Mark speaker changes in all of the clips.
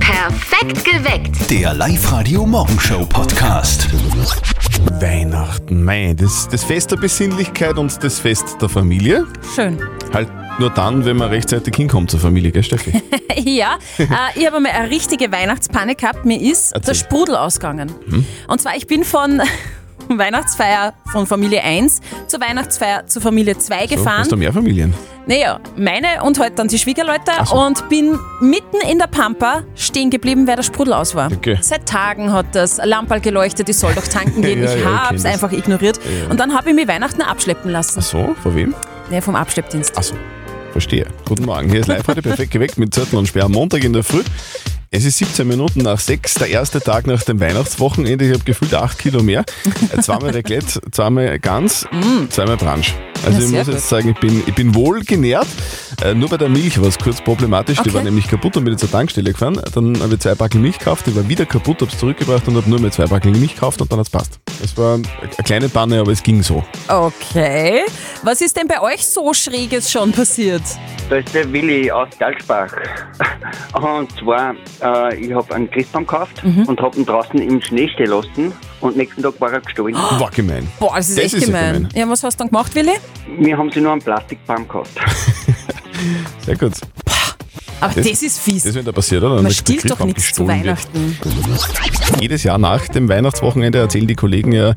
Speaker 1: Perfekt geweckt.
Speaker 2: Der Live-Radio-Morgenshow-Podcast.
Speaker 3: Weihnachten, mei, das, das Fest der Besinnlichkeit und das Fest der Familie.
Speaker 4: Schön.
Speaker 3: Halt nur dann, wenn man rechtzeitig hinkommt zur Familie, gell, Steffi?
Speaker 4: Ja, äh, ich habe einmal eine richtige Weihnachtspanne gehabt. Mir ist
Speaker 3: Erzähl. Hm?
Speaker 4: der Sprudel ausgegangen. Und zwar, ich bin von Weihnachtsfeier von Familie 1 zur Weihnachtsfeier zur Familie 2
Speaker 3: So,
Speaker 4: gefahren.
Speaker 3: hast du mehr Familien?
Speaker 4: Naja, meine und heute dann die Schwiegerleute
Speaker 3: Ach so.
Speaker 4: und bin mitten in der Pampa stehen geblieben, weil der Sprudel aus war.
Speaker 3: Okay.
Speaker 4: Seit Tagen hat das Lamperl geleuchtet, ich soll doch tanken gehen,
Speaker 3: Ja,
Speaker 4: ich
Speaker 3: ja, ich
Speaker 4: hab's
Speaker 3: kenn das.
Speaker 4: einfach ignoriert. Und dann habe ich mich Weihnachten abschleppen lassen.
Speaker 3: So, von wem?
Speaker 4: Nee, vom Abschleppdienst.
Speaker 3: Achso, verstehe. Guten Morgen, hier ist live heute perfekt geweckt mit Zettel und Sperr am Montag in der Früh. Es ist 17 Minuten nach 6, der erste Tag nach dem Weihnachtswochenende. Ich habe gefühlt 8 Kilo mehr. Äh, Zweimal Raclette, zweimal Gans, zweimal Brunch. Also
Speaker 4: Na,
Speaker 3: ich
Speaker 4: Mm. sehr
Speaker 3: muss
Speaker 4: gut.
Speaker 3: jetzt sagen, ich bin, ich bin wohl genährt. Äh, nur bei der Milch war es kurz problematisch. Die
Speaker 4: Okay.
Speaker 3: war nämlich kaputt und bin ich zur Tankstelle gefahren. Dann habe ich zwei Packel Milch gekauft, die war wieder kaputt, habe es zurückgebracht und habe nur mehr zwei Packel Milch gekauft und dann hat es passt. Es war eine kleine Panne, aber es ging so.
Speaker 4: Okay. Was ist denn bei euch so Schräges schon passiert?
Speaker 5: Da ist der Willi aus Galsbach. Und zwar, äh, ich habe einen Christbaum gekauft und habe ihn draußen im Schnee stehen lassen und nächsten Tag war er gestohlen.
Speaker 3: War gemein.
Speaker 4: Boah, das ist
Speaker 3: Das
Speaker 4: echt
Speaker 3: ist ja
Speaker 4: gemein.
Speaker 3: gemein.
Speaker 4: Ja, was hast du dann gemacht, Willi?
Speaker 5: Wir haben sie nur einen Plastikbaum gekauft.
Speaker 3: Sehr gut.
Speaker 4: Aber das,
Speaker 3: Das-
Speaker 4: ist fies.
Speaker 3: Das wird da passiert, oder?
Speaker 4: Man
Speaker 3: Dass der
Speaker 4: stiehlt doch
Speaker 3: Christbaum
Speaker 4: nichts zu
Speaker 3: gestohlen wird.
Speaker 4: Weihnachten.
Speaker 3: Jedes Jahr nach dem Weihnachtswochenende erzählen die Kollegen ja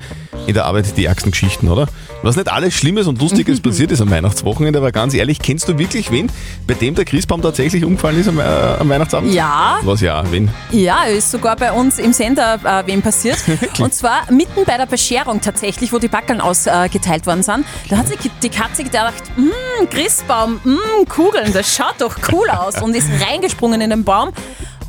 Speaker 3: in der Arbeit die ärgsten Geschichten, oder? Was nicht alles Schlimmes und Lustiges passiert ist am Weihnachtswochenende, aber ganz ehrlich, kennst du wirklich wen, bei dem der Christbaum tatsächlich umgefallen ist am, äh, am Weihnachtsabend?
Speaker 4: Ja.
Speaker 3: Was ja, wen?
Speaker 4: Ja, ist sogar bei uns im Sender äh, wem passiert. Und zwar mitten bei der Bescherung tatsächlich, wo die Backeln ausgeteilt worden sind. Da hat sich die Katze gedacht, mh, Christbaum, mh, Kugeln, das schaut doch cool aus. Und ist reingesprungen in den Baum.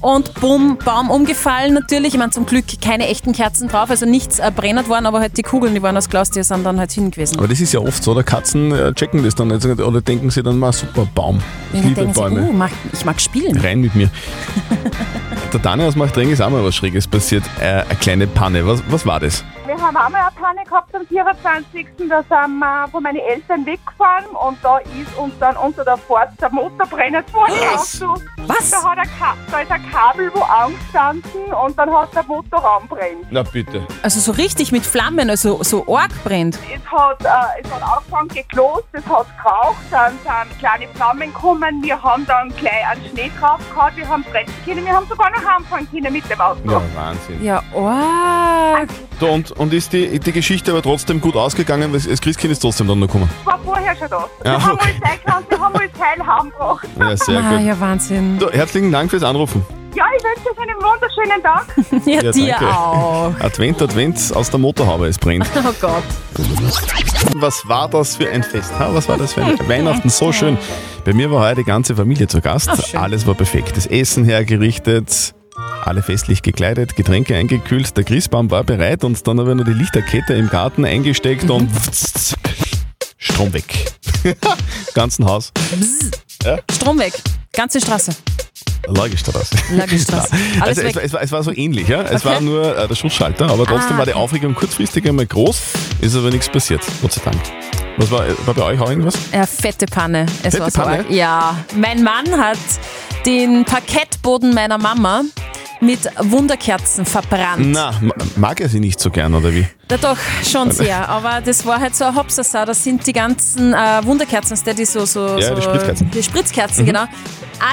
Speaker 4: Und bumm, Baum umgefallen natürlich. Ich meine, zum Glück keine echten Kerzen drauf, also nichts äh, brennert worden, aber halt die Kugeln, die waren aus Glas, die sind dann halt hin gewesen.
Speaker 3: Aber das ist ja oft so, oder? Katzen äh, checken das dann nicht oder denken sie dann mal, super Baum. Ich
Speaker 4: Ja, dann
Speaker 3: liebe
Speaker 4: denken sie,
Speaker 3: Bäume.
Speaker 4: oh, mach, ich mag spielen.
Speaker 3: Rein mit mir. der Daniel aus Machtring ist auch mal was Schräges passiert. Äh, eine kleine Panne. Was, was war das?
Speaker 6: Wir haben einmal eine Panne gehabt am 24. Da sind wir von meinen Eltern weggefahren und da ist uns dann unter der Fahrt der Motor brennt worden.
Speaker 4: Was?
Speaker 6: Auto.
Speaker 4: Was?
Speaker 6: Da, hat ein Ka- da ist ein Kabel wo angestanden und dann hat der Motorraum brennt.
Speaker 3: Na bitte.
Speaker 4: Also so richtig mit Flammen, also so arg brennt.
Speaker 6: Es hat, äh, es hat angefangen geklost, es hat geraucht, dann sind kleine Flammen gekommen. Wir haben dann gleich einen Schnee drauf gehabt, wir haben brechen können, wir haben sogar noch heimfahren können mit dem Auto.
Speaker 3: Ja, Wahnsinn.
Speaker 4: Ja, arg.
Speaker 3: So, und, und ist die, die Geschichte aber trotzdem gut ausgegangen, weil das Christkind ist trotzdem dann noch gekommen.
Speaker 6: Das war vorher schon da. Wir
Speaker 3: Ja,
Speaker 6: haben
Speaker 3: okay.
Speaker 6: uns eingeladen, wir haben uns heil heimgebracht.
Speaker 3: Ja, sehr
Speaker 4: Ah,
Speaker 3: gut.
Speaker 4: ja, Wahnsinn.
Speaker 3: So, herzlichen Dank fürs Anrufen.
Speaker 6: Ja, ich wünsche euch einen wunderschönen Tag.
Speaker 4: Ja,
Speaker 3: Ja,
Speaker 4: dir
Speaker 3: danke.
Speaker 4: auch.
Speaker 3: Advent, Advent, aus der Motorhaube, es brennt.
Speaker 4: Oh Gott.
Speaker 3: Was war das für ein Fest? Ha, was war das für ein Weihnachten? So schön. Bei mir war heute die ganze Familie zu Gast.
Speaker 4: Ach, schön.
Speaker 3: Alles war perfekt. Das Essen hergerichtet, alle festlich gekleidet, Getränke eingekühlt, der Christbaum war bereit und dann habe ich noch die Lichterkette im Garten eingesteckt und
Speaker 4: Mhm.
Speaker 3: Strom weg. Ganzen Haus.
Speaker 4: Strom weg. Ganze Straße.
Speaker 3: Lagerstraße.
Speaker 4: Lagerstraße.
Speaker 3: Ja.
Speaker 4: Alles
Speaker 3: Also es
Speaker 4: weg.
Speaker 3: war, es, war, es war so ähnlich, ja. Es
Speaker 4: Okay.
Speaker 3: war nur äh, der Schutzschalter, aber trotzdem
Speaker 4: Ah,
Speaker 3: war die
Speaker 4: okay.
Speaker 3: Aufregung kurzfristig einmal groß, ist aber nichts passiert. Gott sei Dank. Was war, war bei euch auch irgendwas?
Speaker 4: Ja, fette Panne. Es
Speaker 3: Fette
Speaker 4: war so
Speaker 3: Panne?
Speaker 4: arg. Ja. Mein Mann hat den Parkettboden meiner Mama mit Wunderkerzen verbrannt.
Speaker 3: Na, ma- mag er sie nicht so gern, oder wie?
Speaker 4: Na doch, schon sehr. Aber das war halt so ein Hopsasa. Das sind die ganzen äh, Wunderkerzen, die, die so, so.
Speaker 3: Ja,
Speaker 4: so,
Speaker 3: die Spritzkerzen. Mhm.
Speaker 4: Die Spritzkerzen, genau.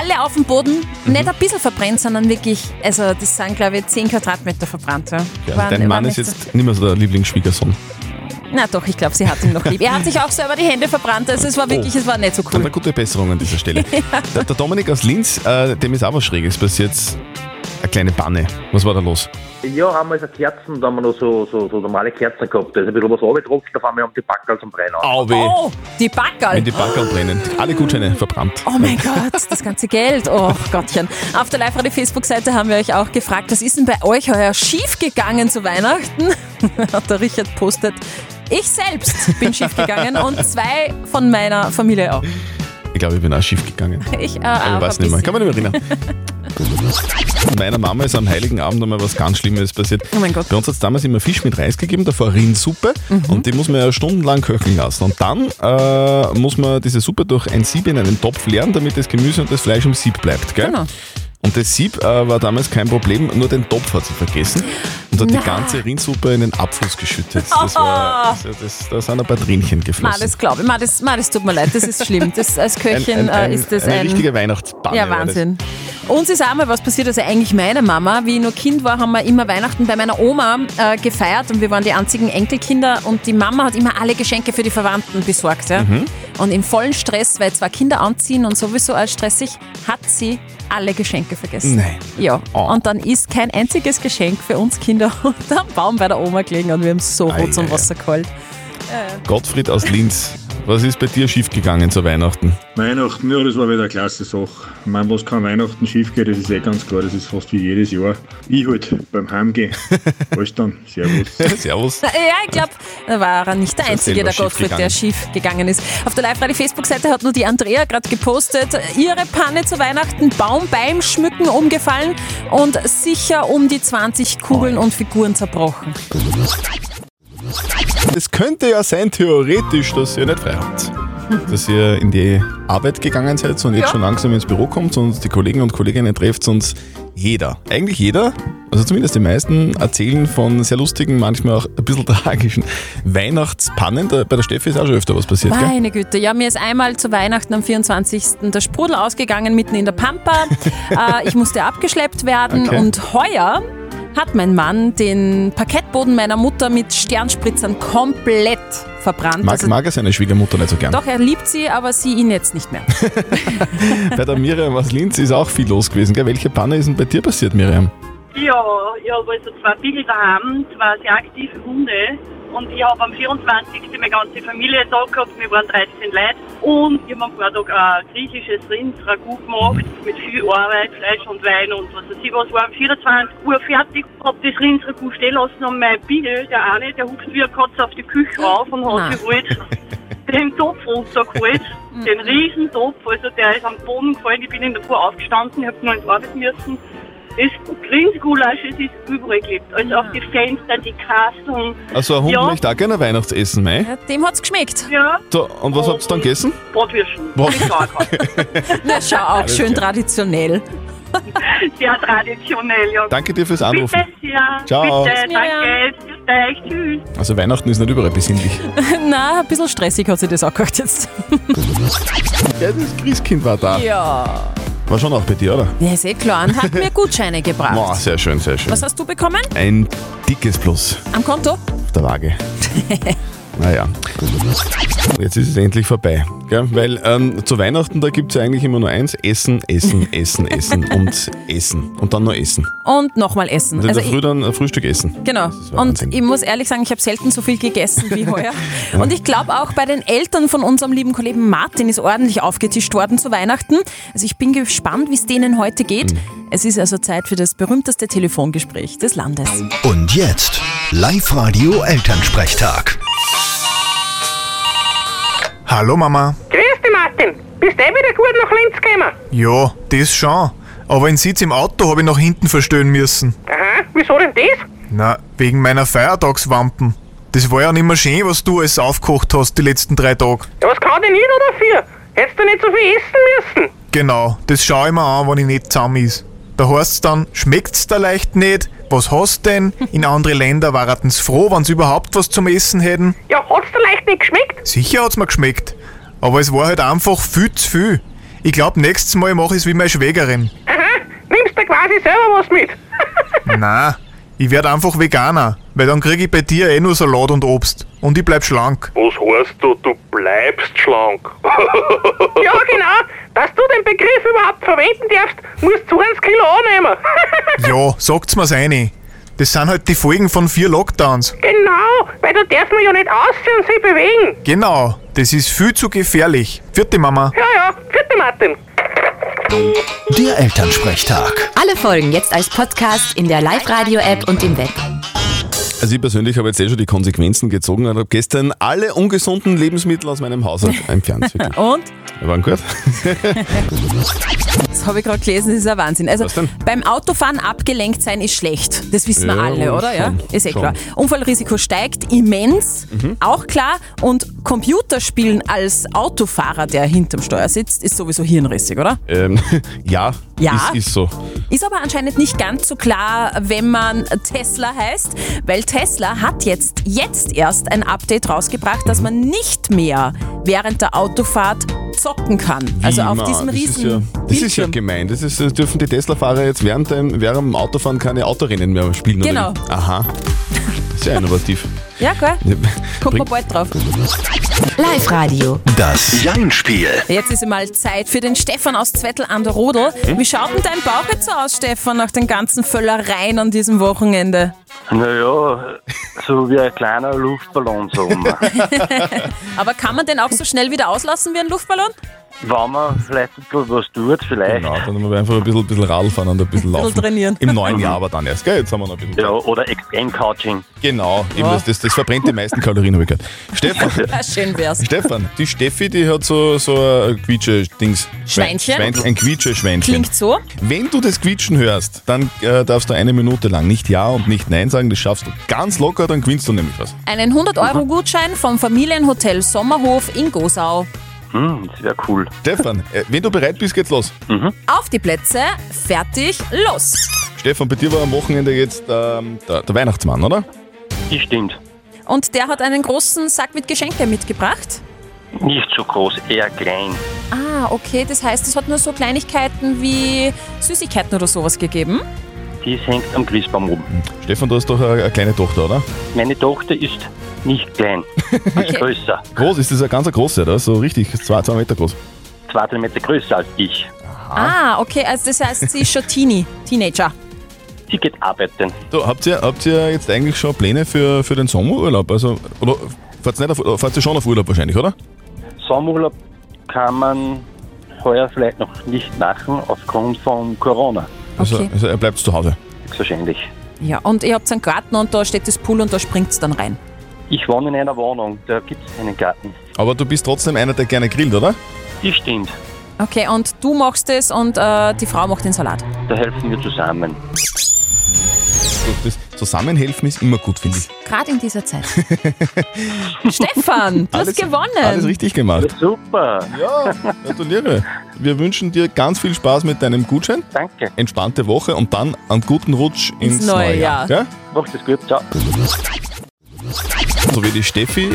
Speaker 4: Alle auf dem Boden, nicht ein bisschen verbrennt, sondern wirklich, also das sind glaube ich 10 Quadratmeter verbrannt. Ja.
Speaker 3: Ja, Also
Speaker 4: Waren-
Speaker 3: dein Mann
Speaker 4: waren
Speaker 3: ist
Speaker 4: nicht so-
Speaker 3: jetzt nicht mehr so der Lieblingsschwiegersohn.
Speaker 4: Na doch, ich glaube, sie hat ihn noch lieb. Er hat sich auch selber die Hände verbrannt, also es war wirklich, es war nicht so
Speaker 3: Oh. Dann eine
Speaker 4: cool.
Speaker 3: gute Besserung an dieser Stelle. der, der Dominik aus Linz, äh, dem ist auch was Schräges passiert. Eine kleine Banne. Was war da los?
Speaker 7: Ja, einmal so Kerzen, da haben wir noch so, so, so normale Kerzen gehabt. Da ist ein bisschen was runtergetrocknet, auf einmal haben die Backerl zum Brennen.
Speaker 3: Au weh.
Speaker 4: Oh, die Backerl.
Speaker 3: Wenn die Backeln brennen. Alle Gutscheine verbrannt.
Speaker 4: Oh mein Gott, das ganze Geld. Oh Gottchen. Auf der live radio Facebook-Seite haben wir euch auch gefragt, was ist denn bei euch heuer schief gegangen zu Weihnachten? Hat der Richard postet. Ich selbst bin schief gegangen und zwei von meiner Familie auch.
Speaker 3: Ich glaube, ich bin auch schief gegangen.
Speaker 4: Ich äh,
Speaker 3: Ich
Speaker 4: auch
Speaker 3: weiß
Speaker 4: ein
Speaker 3: nicht mehr. Kann
Speaker 4: bisschen.
Speaker 3: man nicht mehr erinnern. Meiner Mama ist am Heiligen Abend einmal was ganz Schlimmes passiert.
Speaker 4: Oh mein Gott. Mhm.
Speaker 3: Bei uns hat es damals immer Fisch mit Reis gegeben, davor Rindsuppe und die muss man ja stundenlang köcheln lassen. Und dann äh, muss man diese Suppe durch ein Sieb in einen Topf leeren, damit das Gemüse und das Fleisch im Sieb bleibt. Gell?
Speaker 4: Genau.
Speaker 3: Und das Sieb äh, war damals kein Problem, nur den Topf hat sie vergessen und hat
Speaker 4: Na.
Speaker 3: die ganze Rindsuppe in den Abfluss geschüttet. Das war, das, das, da sind ein paar Tränchen
Speaker 4: Ma,
Speaker 3: geflossen.
Speaker 4: das glaube ich. Ma, das, ma, das tut mir leid, das ist schlimm. Das, als Köchin äh, ist das
Speaker 3: eine
Speaker 4: ein.
Speaker 3: richtige Weihnachtsbanne.
Speaker 4: ja,
Speaker 3: war das.
Speaker 4: Wahnsinn. Uns ist auch mal was passiert, also eigentlich meiner Mama. Wie ich noch Kind war, haben wir immer Weihnachten bei meiner Oma äh, gefeiert und wir waren die einzigen Enkelkinder und die Mama hat immer alle Geschenke für die Verwandten besorgt. Ja?
Speaker 3: Mhm.
Speaker 4: Und im vollen Stress, weil zwar Kinder anziehen und sowieso alles stressig, hat sie alle Geschenke vergessen.
Speaker 3: Nein.
Speaker 4: Ja,
Speaker 3: Oh.
Speaker 4: und dann ist kein einziges Geschenk für uns Kinder unter dem Baum bei der Oma gelegen und wir haben so
Speaker 3: Ei,
Speaker 4: rot zum
Speaker 3: ei, ei.
Speaker 4: Wasser geholt.
Speaker 3: Gottfried aus Linz, was ist bei dir schiefgegangen zu Weihnachten?
Speaker 1: Weihnachten, ja, das war wieder eine klasse Sache. Ich meine, was kann Weihnachten schief gehen, das ist eh ganz klar, das ist fast wie jedes Jahr. Ich halt beim Heimgehen. Alles dann, Servus.
Speaker 3: Servus.
Speaker 4: Ja, ich glaube, da war er nicht der
Speaker 3: Das ist
Speaker 4: Einzige, der
Speaker 3: selber
Speaker 4: Gottfried, der schief gegangen ist. Auf der Live-Radio-Facebook-Seite hat nur die Andrea gerade gepostet, ihre Panne zu Weihnachten, Baum beim Schmücken umgefallen und sicher um die 20
Speaker 3: Oh.
Speaker 4: Kugeln und Figuren zerbrochen.
Speaker 3: Es könnte ja sein, theoretisch, dass ihr nicht frei habt. Dass ihr in die Arbeit gegangen seid und jetzt schon langsam ins Büro kommt und die Kollegen und Kolleginnen trefft und jeder, eigentlich jeder, also zumindest die meisten, erzählen von sehr lustigen, manchmal auch ein bisschen tragischen Weihnachtspannen. Da- Bei der Steffi ist auch schon öfter was passiert, gell?
Speaker 4: Meine Güte, ja, mir ist einmal zu Weihnachten am 24. der Sprudel ausgegangen, mitten in der Pampa. äh, ich musste abgeschleppt werden
Speaker 3: Okay.
Speaker 4: und heuer hat mein Mann den Parkettboden meiner Mutter mit Sternspritzern komplett verbrannt.
Speaker 3: Mag,
Speaker 4: Also
Speaker 3: mag er seine Schwiegermutter nicht so gern.
Speaker 4: Doch, er liebt sie, aber sie ihn jetzt nicht mehr.
Speaker 3: Bei der Miriam aus Linz ist auch viel los gewesen, gell? Welche Panne ist denn bei dir passiert, Miriam?
Speaker 6: Ja, ich habe also zwei Biegel daheim, zwei sehr aktive Hunde. Und ich habe am 24. meine ganze Familie da gehabt, wir waren 13 Leute. Und ich habe am Vortag ein griechisches Rind ragout gemacht, mit viel Arbeit, Fleisch und Wein und was weiß ich was. War um 24 Uhr fertig, habe das Rind ragout stehen lassen und mein Biegel, der eine, der huckt wie ein Katz auf die Küche rauf und
Speaker 4: Nein.
Speaker 6: hat sich halt den Topf runtergeholt, den Riesentopf, also der ist am Boden gefallen, ich bin in der Früh aufgestanden, ich habe noch ins Arbeit müssen. Das Grünsgulasch, es ist überall geklebt, also auf die Fenster, die Kasten,
Speaker 3: Also ein Hund
Speaker 6: Ja.
Speaker 3: möchte auch gerne ein Weihnachtsessen, mei.
Speaker 4: Ja, Dem hat's geschmeckt.
Speaker 6: ja,
Speaker 3: So, und was habt ihr dann gegessen?
Speaker 6: Bratwürschen.
Speaker 3: Brat-
Speaker 6: Mit Sauerkraut.
Speaker 4: Na, schau auch, schön
Speaker 3: klar.
Speaker 4: traditionell.
Speaker 6: Sehr traditionell, ja.
Speaker 3: Danke dir fürs Anrufen.
Speaker 6: Bitte sehr,
Speaker 3: Ciao.
Speaker 6: bitte,
Speaker 4: Miriam.
Speaker 6: danke, bis gleich, tschüss.
Speaker 3: Also Weihnachten ist nicht überall besinnlich.
Speaker 4: Na, ein bisschen stressig hat sie das auch gehört jetzt.
Speaker 3: Ja, das Christkind war da.
Speaker 4: Ja.
Speaker 3: War schon auch bei dir, oder?
Speaker 4: Ja, ist eh klar. Und hat mir Gutscheine gebracht.
Speaker 3: Boah, sehr schön, sehr schön.
Speaker 4: Was hast du bekommen?
Speaker 3: Ein dickes Plus
Speaker 4: Am Konto?
Speaker 3: auf der Waage. naja. Jetzt ist es endlich vorbei. Gell? Weil ähm, zu Weihnachten, da gibt es ja eigentlich immer nur eins: Essen, Essen, Essen, Essen und Essen. Und dann nur Essen.
Speaker 4: Und nochmal essen.
Speaker 3: Und in
Speaker 4: Also
Speaker 3: der Früh
Speaker 4: ich,
Speaker 3: dann ein Frühstück essen.
Speaker 4: genau.
Speaker 3: ist
Speaker 4: Und
Speaker 3: Wahnsinn.
Speaker 4: ich muss ehrlich sagen, ich habe selten so viel gegessen wie heuer. Und ich glaube auch bei den Eltern von unserem lieben Kollegen Martin ist ordentlich aufgetischt worden zu Weihnachten. Also ich bin gespannt, wie es denen heute geht.
Speaker 3: Mhm.
Speaker 4: Es ist also Zeit für das berühmteste Telefongespräch des Landes.
Speaker 2: Und jetzt Live-Radio Elternsprechtag.
Speaker 8: Hallo Mama.
Speaker 9: Grüß dich, Martin. Bist eh wieder gut nach Linz gekommen?
Speaker 8: Ja, das schon. Aber den Sitz im Auto habe ich nach hinten verstellen müssen.
Speaker 9: Aha, wieso denn das?
Speaker 8: Na, wegen meiner Feiertagswampen. Das war ja nicht mehr schön, was du alles aufgekocht hast die letzten drei Tage.
Speaker 9: Ja, was kann denn ich da dafür? Hättest du nicht so viel essen müssen?
Speaker 8: Genau, das schaue ich mir an, wenn ich nicht zusammen ist. Da heißt's dann, schmeckt's da leicht nicht, was hast denn? In andere Länder waren froh, wenn's überhaupt was zum Essen hätten.
Speaker 9: Ja, hat's dir leicht nicht geschmeckt?
Speaker 8: Sicher hat's mir geschmeckt, aber es war halt einfach viel zu viel. Ich glaube, nächstes Mal mache ich's wie meine Schwägerin.
Speaker 9: Aha, nimmst du quasi selber was mit?
Speaker 8: Na, ich werde einfach Veganer, weil dann kriege ich bei dir eh nur Salat und Obst. Und ich bleib schlank.
Speaker 10: Was heißt du, du bleibst schlank?
Speaker 9: ja, genau. Dass du den Begriff überhaupt verwenden darfst, musst du 20 Kilo annehmen.
Speaker 8: Ja, sagt's mir's eine. Das sind halt die Folgen von vier Lockdowns.
Speaker 9: genau, weil da darf man ja nicht aussehen und sich bewegen.
Speaker 8: Genau, das ist viel zu gefährlich. Vierte Mama.
Speaker 9: Ja, ja, vierte Martin.
Speaker 2: Der Elternsprechtag.
Speaker 11: Alle Folgen jetzt als Podcast in der Live-Radio-App und im Web.
Speaker 3: Also ich persönlich habe jetzt eh schon die Konsequenzen gezogen und habe gestern alle ungesunden Lebensmittel aus meinem Haus entfernt. Wirklich.
Speaker 4: Und?
Speaker 3: Waren gut.
Speaker 4: Das habe ich gerade gelesen, das ist ein Wahnsinn. Also beim Autofahren abgelenkt sein ist schlecht. Das wissen wir
Speaker 12: Ja,
Speaker 4: alle, oder? ja?
Speaker 12: schon,
Speaker 4: Ist eh
Speaker 12: schon.
Speaker 4: klar. Unfallrisiko steigt immens,
Speaker 12: Mhm.
Speaker 4: auch klar. Und Computerspielen als Autofahrer, der hinterm Steuer sitzt, ist sowieso hirnrissig, oder?
Speaker 3: Ähm, ja,
Speaker 4: Ja.
Speaker 3: Ist, ist so.
Speaker 4: Ist aber anscheinend nicht ganz so klar, wenn man Tesla heißt, weil Tesla hat jetzt, jetzt erst ein Update rausgebracht, dass man nicht mehr während der Autofahrt zocken kann.
Speaker 3: Wie
Speaker 4: also auf
Speaker 3: immer.
Speaker 4: diesem
Speaker 3: das
Speaker 4: riesen
Speaker 3: Ist ja, das ist ja gemein. Das ist, das dürfen die Tesla-Fahrer jetzt während dem, während dem Autofahren keine Autorennen mehr spielen. oder
Speaker 4: Genau.
Speaker 3: wie? Aha. Sehr innovativ.
Speaker 4: Ja, klar. Gucken wir
Speaker 3: Bringt-
Speaker 4: bald drauf.
Speaker 11: Live-Radio.
Speaker 2: Das Jein-Spiel.
Speaker 4: Jetzt ist mal Zeit für den Stefan aus Zwettl an der Rodel.
Speaker 3: Hm?
Speaker 4: Wie schaut denn dein Bauch jetzt aus, Stefan, nach den ganzen Völlereien an diesem Wochenende?
Speaker 13: Naja, so wie ein kleiner Luftballon so rum.
Speaker 4: Aber kann man den auch so schnell wieder auslassen wie ein Luftballon?
Speaker 13: Wenn man vielleicht ein bisschen was tut, vielleicht.
Speaker 3: Genau, dann haben wir einfach ein bisschen, bisschen Radl fahren und ein bisschen laufen.
Speaker 4: trainieren.
Speaker 3: Im neuen Jahr aber dann erst, gell? Jetzt haben wir noch ein bisschen.
Speaker 13: Ja, oder Extrem-Couching.
Speaker 3: Genau, eben
Speaker 13: Ja.
Speaker 3: das, das, das verbrennt die meisten Kalorien, habe ich gehört. Stefan,
Speaker 4: Ja, schön wär's.
Speaker 3: Stefan, die Steffi, die hat so, so ein Quietsche-Dings.
Speaker 4: Schweinchen?
Speaker 3: Schwein- Ein Quietsche-Schweinchen.
Speaker 4: Klingt so.
Speaker 3: Wenn du das Quietschen hörst, dann äh, darfst du eine Minute lang nicht Ja und nicht Nein sagen. Das schaffst du ganz locker, dann gewinnst du nämlich was.
Speaker 4: Einen 100-Euro-Gutschein vom Familienhotel Sommerhof in Gosau.
Speaker 3: Hm, das wäre cool. Stefan, äh, wenn du bereit bist, geht's los.
Speaker 4: Auf die Plätze, fertig, los!
Speaker 3: Stefan, bei dir war am Wochenende jetzt ähm, der, der Weihnachtsmann, oder?
Speaker 13: Das stimmt.
Speaker 4: Und der hat einen großen Sack mit Geschenken mitgebracht.
Speaker 13: Nicht so groß, eher klein.
Speaker 4: Ah, okay, das heißt, es hat nur so Kleinigkeiten wie Süßigkeiten oder sowas gegeben.
Speaker 13: Das hängt am Christbaum rum.
Speaker 3: Stefan, du hast doch eine, eine kleine Tochter, oder?
Speaker 13: Meine Tochter ist nicht klein, ist größer.
Speaker 3: Groß, ist das ein ganz großer, oder? So richtig, zwei, zwei Meter groß.
Speaker 13: Zwei, drei Meter größer als ich.
Speaker 4: Ah, okay, also das heißt, sie ist schon Teenie, Teenager.
Speaker 13: Sie geht arbeiten.
Speaker 3: Du, habt ihr, habt ihr jetzt eigentlich schon Pläne für, für den Sommerurlaub? Also, oder fahrt ihr, nicht auf, fahrt ihr schon auf Urlaub wahrscheinlich, oder?
Speaker 13: Sommerurlaub kann man heuer vielleicht noch nicht machen, aufgrund von Corona.
Speaker 3: Also, also ihr bleibt zu Hause.
Speaker 13: Höchstwahrscheinlich.
Speaker 4: Ja, und ihr habt einen Garten und da steht das Pool und da springt es dann rein.
Speaker 13: Ich wohne in einer Wohnung, da gibt es keinen Garten.
Speaker 3: Aber du bist trotzdem einer, der gerne grillt, oder?
Speaker 13: Das stimmt.
Speaker 4: Okay, und du machst es und äh, die Frau macht den Salat.
Speaker 13: Da helfen wir zusammen.
Speaker 3: Das Zusammenhelfen ist immer gut, finde ich.
Speaker 4: Gerade in dieser Zeit. Stefan, du
Speaker 3: Alles-
Speaker 4: hast gewonnen.
Speaker 3: Alles richtig gemacht.
Speaker 13: Super.
Speaker 3: Ja, gratuliere. Wir wünschen dir ganz viel Spaß mit deinem Gutschein.
Speaker 13: Danke.
Speaker 3: Entspannte Woche und dann einen guten Rutsch ins,
Speaker 4: Ins neue Jahr.
Speaker 3: gell?
Speaker 13: Macht es gut, ciao.
Speaker 3: So wie Also die Steffi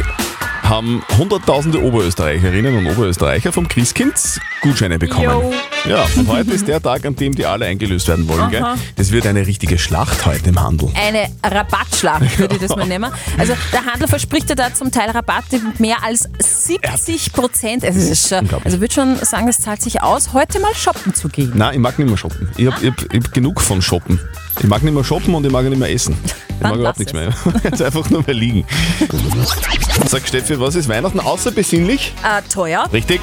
Speaker 3: haben hunderttausende Oberösterreicherinnen und Oberösterreicher vom Christkind Gutscheine bekommen.
Speaker 12: Jo.
Speaker 3: Ja, und heute ist der Tag, an dem die alle eingelöst werden wollen. Gell?
Speaker 4: Aha.
Speaker 3: Das wird eine richtige Schlacht heute im Handel.
Speaker 4: eine Rabattschlacht, würde ich das mal nennen. Also der Handel verspricht ja da zum Teil Rabatte mit mehr als 70 Prozent. Also, es ist schon- also ich würde schon sagen, es zahlt sich aus, heute mal shoppen zu gehen.
Speaker 3: Nein, ich mag nicht mehr shoppen. Ich habe hab, ich hab genug von shoppen. Ich mag nicht mehr shoppen und ich mag nicht mehr essen. Ich mag überhaupt nichts mehr. Jetzt einfach nur mehr liegen. Sag Steffi, was ist Weihnachten außerbesinnlich?
Speaker 4: Äh, teuer.
Speaker 3: Richtig.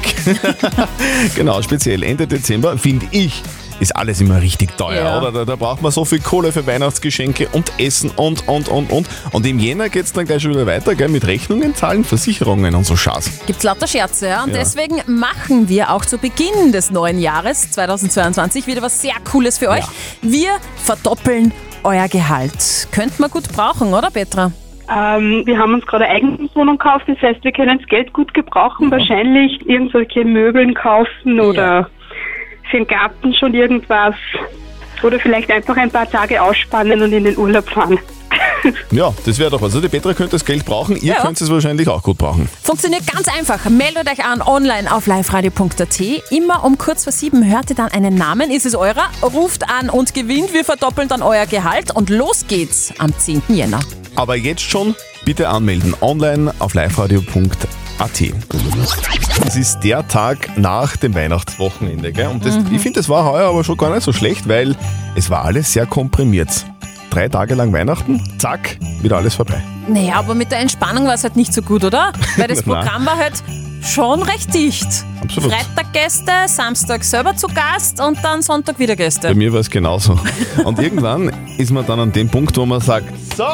Speaker 3: genau, speziell Ende Dezember, finde ich, ist alles immer richtig teuer,
Speaker 12: Ja.
Speaker 3: oder? Da, da braucht man so viel Kohle für Weihnachtsgeschenke und Essen und, und, und, und. Und im Jänner geht es dann gleich schon wieder weiter, gell? Mit Rechnungen zahlen, Versicherungen und so Schatz.
Speaker 4: Gibt lauter Scherze, ja? Und
Speaker 3: Ja.
Speaker 4: deswegen machen wir auch zu Beginn des neuen Jahres 2022 wieder was sehr Cooles für euch. Wir verdoppeln euer Gehalt. Könnte man gut brauchen, oder Petra?
Speaker 6: Ähm, wir haben uns gerade eine Eigentumswohnung gekauft, das heißt, wir können das Geld gut gebrauchen, wahrscheinlich irgendwelche Möbeln kaufen oder für den Garten schon irgendwas. Oder vielleicht einfach ein paar Tage ausspannen und in den Urlaub fahren.
Speaker 3: Ja, das wäre doch was. Also die Petra könnte das Geld brauchen, ihr könnt es wahrscheinlich auch gut brauchen.
Speaker 4: Funktioniert ganz einfach. Meldet euch an online auf liveradio.at. Immer um kurz vor sieben hört ihr dann einen Namen. Ist es eurer? Ruft an und gewinnt. Wir verdoppeln dann euer Gehalt und los geht's am 10. Jänner.
Speaker 3: Aber jetzt schon bitte anmelden. Online auf liveradio.at. Es ist der Tag nach dem Weihnachtswochenende. Gell? Und das,
Speaker 12: Mhm.
Speaker 3: ich finde, das war heuer aber schon gar nicht so schlecht, weil es war alles sehr komprimiert. Drei Tage lang Weihnachten, zack, wieder alles vorbei.
Speaker 4: Naja, aber mit der Entspannung war es halt nicht so gut, oder? Weil das
Speaker 3: Na.
Speaker 4: Programm war halt schon recht dicht.
Speaker 3: Absolut.
Speaker 4: Freitag Gäste, Samstag selber zu Gast und dann Sonntag wieder Gäste.
Speaker 3: Bei mir war es genauso. Und irgendwann ist man dann an dem Punkt, wo man sagt, so,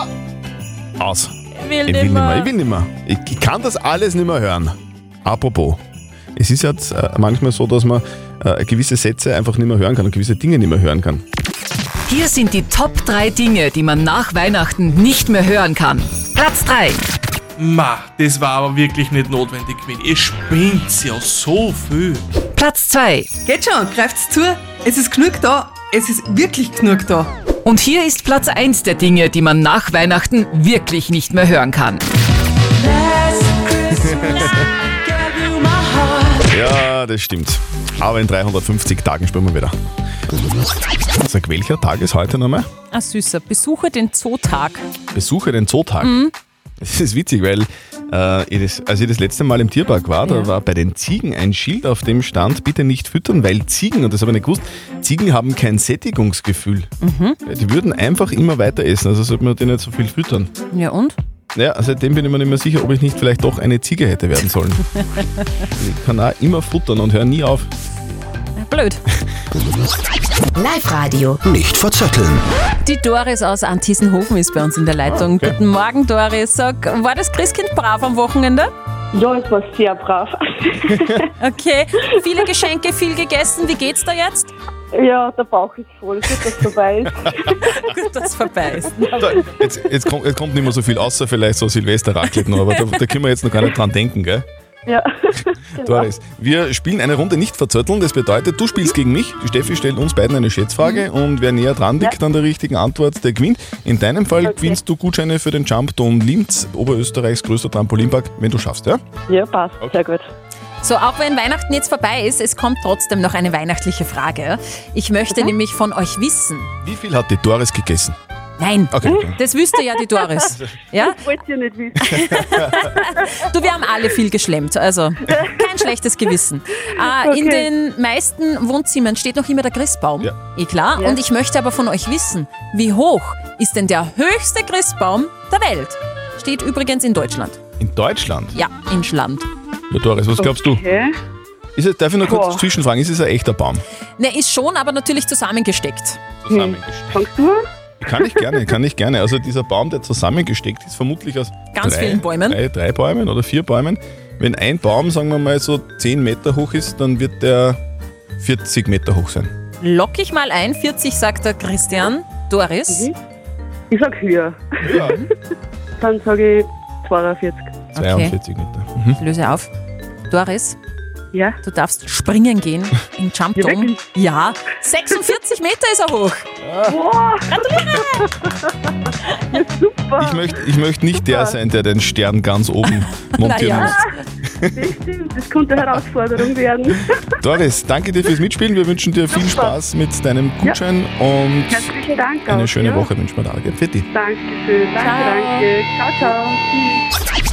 Speaker 3: aus.
Speaker 4: Ich will
Speaker 3: ich will
Speaker 4: nimmer.
Speaker 3: nimmer, ich will nimmer. Ich, ich kann das alles nimmer hören. Apropos, es ist jetzt äh, manchmal so, dass man äh, gewisse Sätze einfach nicht mehr hören kann und gewisse Dinge nicht mehr hören kann.
Speaker 12: Hier sind die Top 3 Dinge, die man nach Weihnachten nicht mehr hören kann. Platz 3.
Speaker 14: Ma, das war aber wirklich nicht notwendig gewesen. Ihr spinnt ja so viel.
Speaker 12: Platz 2.
Speaker 15: Geht schon, greift's zu. Es ist genug da. Es ist wirklich genug da.
Speaker 12: Und hier ist Platz 1 der Dinge, die man nach Weihnachten wirklich nicht mehr hören kann.
Speaker 3: Ja, das stimmt. Aber in 350 Tagen spüren wir wieder. Sag, welcher Tag ist heute nochmal?
Speaker 4: Ah, süßer. Besuche den Zootag.
Speaker 3: Besuche den Zootag.
Speaker 4: Mhm.
Speaker 3: Das ist witzig, weil äh, ich das, als ich das letzte Mal im Tierpark war, da war bei den Ziegen ein Schild, auf dem stand, bitte nicht füttern, weil Ziegen, und das habe ich nicht gewusst, Ziegen haben kein Sättigungsgefühl. Die würden einfach immer weiter essen, also sollte man denen nicht so viel füttern.
Speaker 4: Ja und?
Speaker 3: Ja, also seitdem bin ich mir nicht mehr sicher, ob ich nicht vielleicht doch eine Ziege hätte werden sollen. ich kann auch immer futtern und höre nie auf.
Speaker 4: Blöd.
Speaker 11: Live-Radio.
Speaker 2: Nicht verzetteln.
Speaker 4: Die Doris aus Antissenhofen ist bei uns in der
Speaker 2: Ah,
Speaker 4: Leitung.
Speaker 2: okay.
Speaker 4: Guten Morgen, Doris. Sag, war das Christkind brav am Wochenende?
Speaker 16: Ja, es war sehr brav.
Speaker 4: okay, viele Geschenke, viel gegessen. Wie geht's da jetzt?
Speaker 16: Ja, der Bauch ist voll, gut, dass es vorbei ist.
Speaker 4: gut, dass es vorbei ist.
Speaker 3: Da, jetzt, jetzt, kommt, jetzt kommt nicht mehr so viel, außer vielleicht so Silvester-Raclette noch, aber da, da können wir jetzt noch gar nicht dran denken, gell?
Speaker 16: Ja.
Speaker 3: Doris, wir spielen eine Runde nicht verzötteln. Das bedeutet, du spielst gegen mich, die Steffi stellt uns beiden eine
Speaker 16: Mhm.
Speaker 3: Schätzfrage und wer näher dran liegt an der richtigen Antwort, der gewinnt. In deinem Fall gewinnst du Gutscheine für den Jumpdown Linz, Oberösterreichs größter Trampolinpark, wenn du schaffst, ja?
Speaker 16: Ja, passt, sehr gut.
Speaker 4: So, auch wenn Weihnachten jetzt vorbei ist, es kommt trotzdem noch eine weihnachtliche Frage. Ich möchte
Speaker 16: Mhm.
Speaker 4: nämlich von euch wissen.
Speaker 3: Wie viel hat die Doris gegessen?
Speaker 4: Nein,
Speaker 3: Okay.
Speaker 4: das wüsste ja die Doris. Ja?
Speaker 16: Das wollt ihr nicht wissen.
Speaker 4: Du, wir haben alle viel geschlemmt, also kein schlechtes Gewissen. Äh, In
Speaker 16: Okay.
Speaker 4: den meisten Wohnzimmern steht noch immer der Christbaum.
Speaker 3: Ja.
Speaker 4: Eh klar.
Speaker 16: Ja.
Speaker 4: Und ich möchte aber von euch wissen, wie hoch ist denn der höchste Christbaum der Welt? Steht übrigens in Deutschland.
Speaker 3: In Deutschland?
Speaker 4: Ja, in Schland.
Speaker 3: Ja, Doris, was glaubst du?
Speaker 16: Okay.
Speaker 3: Ist es, darf ich noch kurz
Speaker 4: Boah.
Speaker 3: zwischenfragen, ist es ein echter Baum?
Speaker 4: Ne, ist schon, aber natürlich zusammengesteckt.
Speaker 3: Zusammengesteckt.
Speaker 16: Fangst du an?
Speaker 3: Kann ich gerne, kann ich gerne. Also dieser Baum, der zusammengesteckt ist, vermutlich aus
Speaker 4: Ganz vielen Bäumen.
Speaker 3: Drei, drei Bäumen oder vier Bäumen. Wenn ein Baum, sagen wir mal, so 10 Meter hoch ist, dann wird der 40 Meter hoch sein.
Speaker 4: Lock ich mal ein, 40 sagt der Christian. Doris?
Speaker 16: Mhm. Ich sag höher.
Speaker 3: Ja.
Speaker 16: Dann sage ich 42.
Speaker 3: 42 Meter. Mhm.
Speaker 4: Löse auf. Doris?
Speaker 16: Ja?
Speaker 4: Du darfst springen gehen im Jump Dome. Ja, 46 Meter ist er hoch.
Speaker 16: Boah,
Speaker 4: Ah.
Speaker 3: Ich möchte ich möcht nicht der sein, der den Stern ganz oben montieren muss.
Speaker 16: das stimmt. Das könnte eine Herausforderung werden.
Speaker 3: Doris, danke dir fürs Mitspielen. Wir wünschen dir viel Spaß mit deinem Gutschein und
Speaker 16: Herzlichen Dank.
Speaker 3: eine
Speaker 16: auch,
Speaker 3: schöne
Speaker 16: ja.
Speaker 3: Woche wünschen wir dir. Gell? Fitti.
Speaker 16: Dankeschön. Danke, danke. Ciao, ciao. Tschüss.